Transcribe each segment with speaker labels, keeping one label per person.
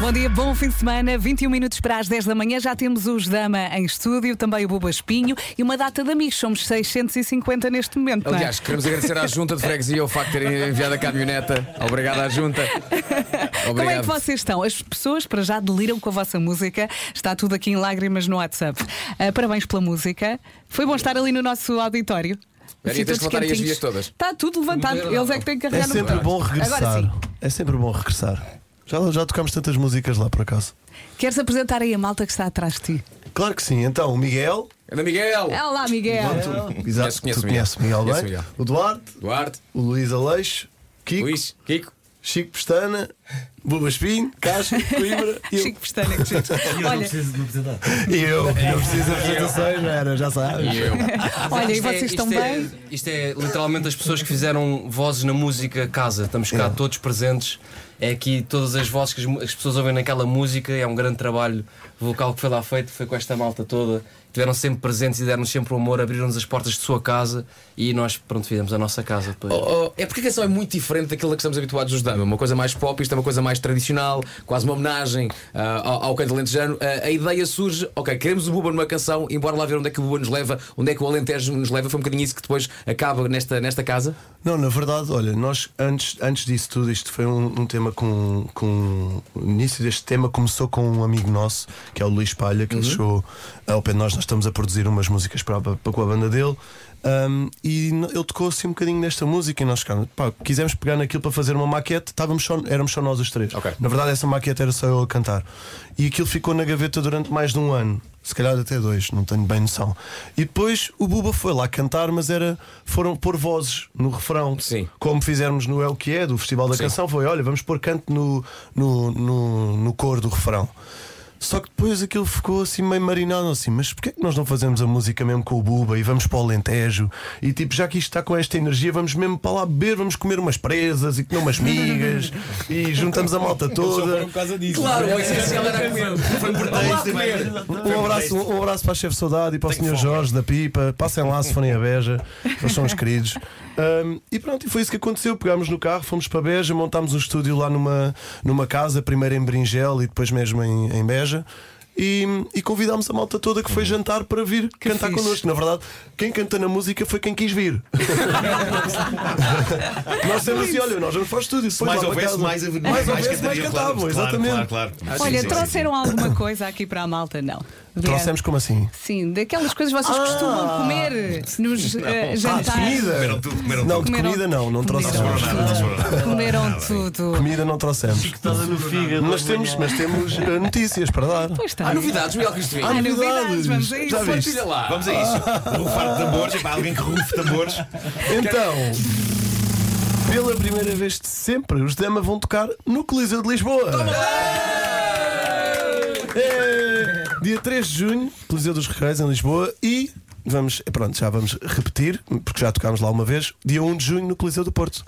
Speaker 1: Bom dia, bom fim de semana. 21 minutos para as 10 da manhã. Já temos os Dama em estúdio, também o Boba Espinho e uma data de amigos. Somos 650 neste momento. não é?
Speaker 2: Aliás, queremos agradecer à Junta de Freguesia o facto de terem enviado a caminhoneta. Obrigado à Junta.
Speaker 1: Como é que
Speaker 2: Obrigado.
Speaker 1: vocês estão? As pessoas para já deliram com a vossa música. Está tudo aqui em lágrimas no WhatsApp. Ah, parabéns pela música. Foi bom estar ali no nosso auditório. Assim,
Speaker 2: Vera, e tens de levantar aí as vias todas.
Speaker 1: Está tudo levantado. Eles é que têm que
Speaker 3: É
Speaker 1: carregar no
Speaker 3: sempre
Speaker 1: botão.
Speaker 3: bom
Speaker 1: Agora
Speaker 3: regressar.
Speaker 1: sim.
Speaker 3: É sempre bom regressar. Já, já tocámos tantas músicas lá por acaso.
Speaker 1: Queres apresentar aí a malta que está atrás de ti?
Speaker 3: Claro que sim. Então, o Miguel.
Speaker 2: Ana Miguel,
Speaker 1: Olá, Miguel.
Speaker 3: Exato,
Speaker 2: Conheço, conheço
Speaker 3: tu
Speaker 2: o
Speaker 3: conheces o Miguel,
Speaker 2: Miguel. Conheço o
Speaker 3: bem.
Speaker 2: Miguel.
Speaker 3: O Duarte,
Speaker 2: Duarte,
Speaker 3: o Luís Aleixo, Kiko,
Speaker 2: Luís, Kiko.
Speaker 3: Chico Pestana, Buba Espinho, Caixa, Coimbra e eu.
Speaker 1: Chico Pestana. que giro. Olha,
Speaker 3: E eu. Não preciso de apresentações, não era, já sabes.
Speaker 2: E eu.
Speaker 1: olha, e
Speaker 4: Isto é-
Speaker 1: vocês
Speaker 4: isto
Speaker 1: estão
Speaker 4: é-
Speaker 1: bem?
Speaker 4: Isto é literalmente as pessoas que fizeram vozes na música casa. Estamos cá todos presentes. É aqui todas as vozes que as, mu- as pessoas ouvem naquela música. É um grande trabalho vocal que foi lá feito. Foi com esta malta toda. Tiveram sempre presentes e deram-nos sempre o amor. Abriram-nos as portas de sua casa. E nós, pronto, fizemos a nossa casa depois.
Speaker 2: Oh, oh, é porque a canção é muito diferente daquilo a que estamos habituados os Dama. Uma coisa mais pop, isto é uma coisa mais tradicional, quase uma homenagem ah, ao, ao canto alentejano. Ah, a ideia surge, ok, queremos o Buba numa canção, embora lá ver onde é que o Buba nos leva, onde é que o Alentejo nos leva. Foi um bocadinho isso que depois acaba nesta, nesta casa.
Speaker 3: Não, na verdade, olha, nós antes, antes disso tudo, isto foi um, um tema com, com. O início deste tema começou com um amigo nosso, que é o Luís Palha, que ele chegou ao pé de nós. Nós estamos a produzir umas músicas para, para com a banda dele. Um, e no- ele tocou assim um bocadinho nesta música e nós ficámos, pá, quisemos pegar naquilo para fazer uma maquete, estávamos só, éramos só nós os três.
Speaker 2: Ok.
Speaker 3: Na verdade, essa maquete era só eu a cantar. E aquilo ficou na gaveta durante mais de um ano. Se calhar até dois, não tenho bem noção. E depois o Buba foi lá cantar, mas era foram pôr vozes no refrão.
Speaker 2: Sim.
Speaker 3: Como fizermos no É o que é, do Festival da
Speaker 2: Sim.
Speaker 3: Canção, foi: olha, vamos pôr canto no, no, no, no cor do refrão. Só que depois aquilo ficou assim meio marinado, assim, mas porquê é que nós não fazemos a música mesmo com o Buba e vamos para o Alentejo? E tipo, já que isto está com esta energia, vamos mesmo para lá beber, vamos comer umas presas e comer umas migas e juntamos a malta toda.
Speaker 2: Claro, o essencial era comer. Foi importante comer.
Speaker 3: Um abraço, um abraço para a chefe Saudade e para o Sr. Jorge da Pipa. Passem lá se forem a Beja, eles são os queridos. Um, e pronto, e foi isso que aconteceu. Pegámos no carro, fomos para Beja, montámos o estúdio lá numa, numa casa, primeiro em Berinjel e depois mesmo em, em Beja. E, e convidámos a malta toda que foi
Speaker 5: Uhum.
Speaker 3: jantar para vir cantar
Speaker 1: fixe.
Speaker 3: connosco. Na verdade, quem cantou na música foi quem quis vir. nós temos assim: olha, nós vamos para o estúdio. depois lá
Speaker 5: mais
Speaker 3: para
Speaker 5: houvesse,
Speaker 3: casa.
Speaker 5: mais,
Speaker 3: mais, houvesse, mais
Speaker 5: cantaria,
Speaker 3: cantavam,
Speaker 5: claro,
Speaker 3: exatamente.
Speaker 5: Claro, claro, claro.
Speaker 1: Olha,
Speaker 5: Sim, sim,
Speaker 1: trouxeram alguma coisa aqui para a malta? Não.
Speaker 3: Trouxemos como assim?
Speaker 1: Sim, daquelas coisas que vocês costumam comer nos eh, jantares.
Speaker 3: Ah, comida?
Speaker 5: sim. Comeram tudo, comeram
Speaker 3: Não,
Speaker 5: tudo.
Speaker 3: de
Speaker 1: Comeram-
Speaker 3: comida não,
Speaker 1: comeram
Speaker 3: não trouxemos.
Speaker 5: Não, não, não, não, não.
Speaker 1: tudo.
Speaker 5: Ah,
Speaker 1: Comeram tudo.
Speaker 3: Comida não trouxemos. Mas temos, mas temos eh, notícias para dar.
Speaker 1: Pois tá. está.
Speaker 2: Há novidades, Miguel Cristo
Speaker 1: Há novidades, vamos a isso.
Speaker 3: Já viste?
Speaker 2: Partilha lá.
Speaker 5: Vamos a isso. Rufar de tambores, epá, alguém que rufe tambores.
Speaker 3: Então, pela primeira vez de sempre, os Dama vão tocar no Coliseu de Lisboa. É, dia 3 de junho, Coliseu dos Reis em Lisboa e vamos, pronto, já vamos repetir, porque já tocámos lá uma vez, dia 1 de junho no Coliseu do Porto.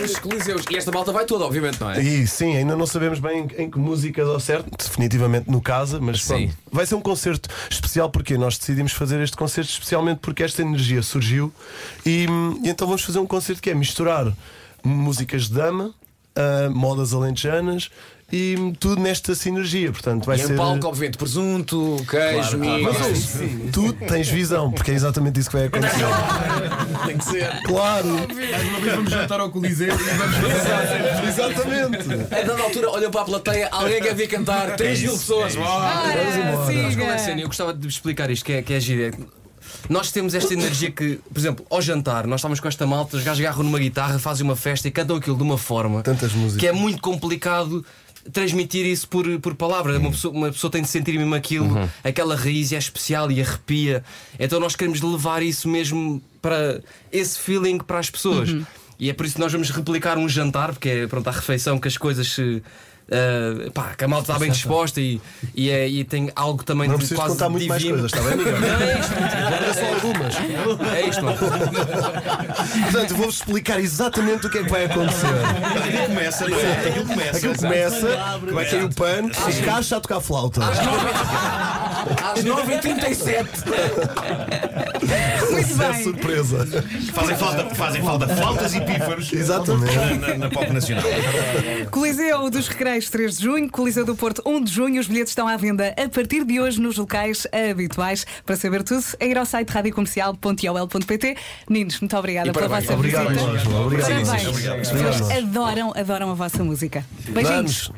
Speaker 2: Nos Coliseus. E esta malta vai toda, obviamente, não é?
Speaker 3: E sim, ainda não sabemos bem em, em que música ao certo, definitivamente no casa, mas
Speaker 2: Sim.
Speaker 3: pronto. Vai ser um concerto especial porque nós decidimos fazer este concerto especialmente porque esta energia surgiu e, hum, e então vamos fazer um concerto que é misturar músicas de dama, ah, modas alentejanas e hum, tudo nesta sinergia. Portanto, vai
Speaker 2: E
Speaker 3: ser. eh,
Speaker 2: em palco, obviamente, presunto, queijo,
Speaker 3: Mas
Speaker 2: migas.
Speaker 3: ouve, tu tens visão, porque é exatamente isso que vai acontecer.
Speaker 2: Tem que ser.
Speaker 3: claro,
Speaker 6: Vamos jantar ao Coliseu e vamos
Speaker 3: exatamente.
Speaker 2: A dada altura, olham para a plateia, alguém quer vir cantar. 3
Speaker 3: É
Speaker 2: mil pessoas. Uau.
Speaker 1: Ora,
Speaker 4: Qual é a cena?
Speaker 1: siga.
Speaker 4: Eu gostava de vos explicar isto, que é, que é giro. É que Nós temos esta energia que, por exemplo, ao jantar, nós estávamos com esta malta, os gajos agarram numa guitarra, fazem uma festa e cantam aquilo de uma forma
Speaker 3: Tantas músicas.
Speaker 4: que é muito complicado transmitir isso por, por palavra. Uma, pessoa, uma pessoa tem de sentir mesmo aquilo,
Speaker 3: Uhum.
Speaker 4: aquela raiz e é especial e arrepia. Então nós queremos levar isso mesmo para esse feeling para as pessoas. E é por isso que nós vamos replicar um jantar, porque é pronto, a refeição que as coisas se, eh, pá, que a malta está bem disposta e, e, é- e tem algo também
Speaker 3: Não
Speaker 4: de
Speaker 3: preciso
Speaker 4: quase
Speaker 3: contar muito mais
Speaker 4: divino.
Speaker 3: coisas, está bem, Miguel?
Speaker 4: Não, é isto, era só algumas. É isto, mano.
Speaker 3: Portanto, vou-vos explicar exatamente o que é que vai acontecer.
Speaker 5: Aquilo começa, não é? Aquilo começa. é
Speaker 3: Aquilo começa, vai cair o pano, as caixas a tocar flauta.
Speaker 2: Às 9h37.
Speaker 1: Muito
Speaker 3: Isso é
Speaker 1: bem.
Speaker 3: surpresa.
Speaker 5: Fazem falta, fazem falta flautas e pífaros
Speaker 3: Exatamente.
Speaker 5: na, na- na pop nacional.
Speaker 1: Coliseu dos Recreios 3 de junho, Coliseu do Porto 1 de junho. Os bilhetes estão à venda a partir de hoje nos locais habituais. Para saber tudo, é ir ao site radiocomercial.iol.pt. Meninos, muito obrigada
Speaker 2: E
Speaker 1: pela
Speaker 2: parabéns.
Speaker 1: vossa
Speaker 3: Obrigado,
Speaker 1: visita.
Speaker 3: Osmo. Obrigado.
Speaker 1: Parabéns. As
Speaker 3: Obrigado,
Speaker 1: pessoas
Speaker 3: Osmo.
Speaker 1: adoram, adoram a vossa música. Beijinhos.
Speaker 3: Vamos.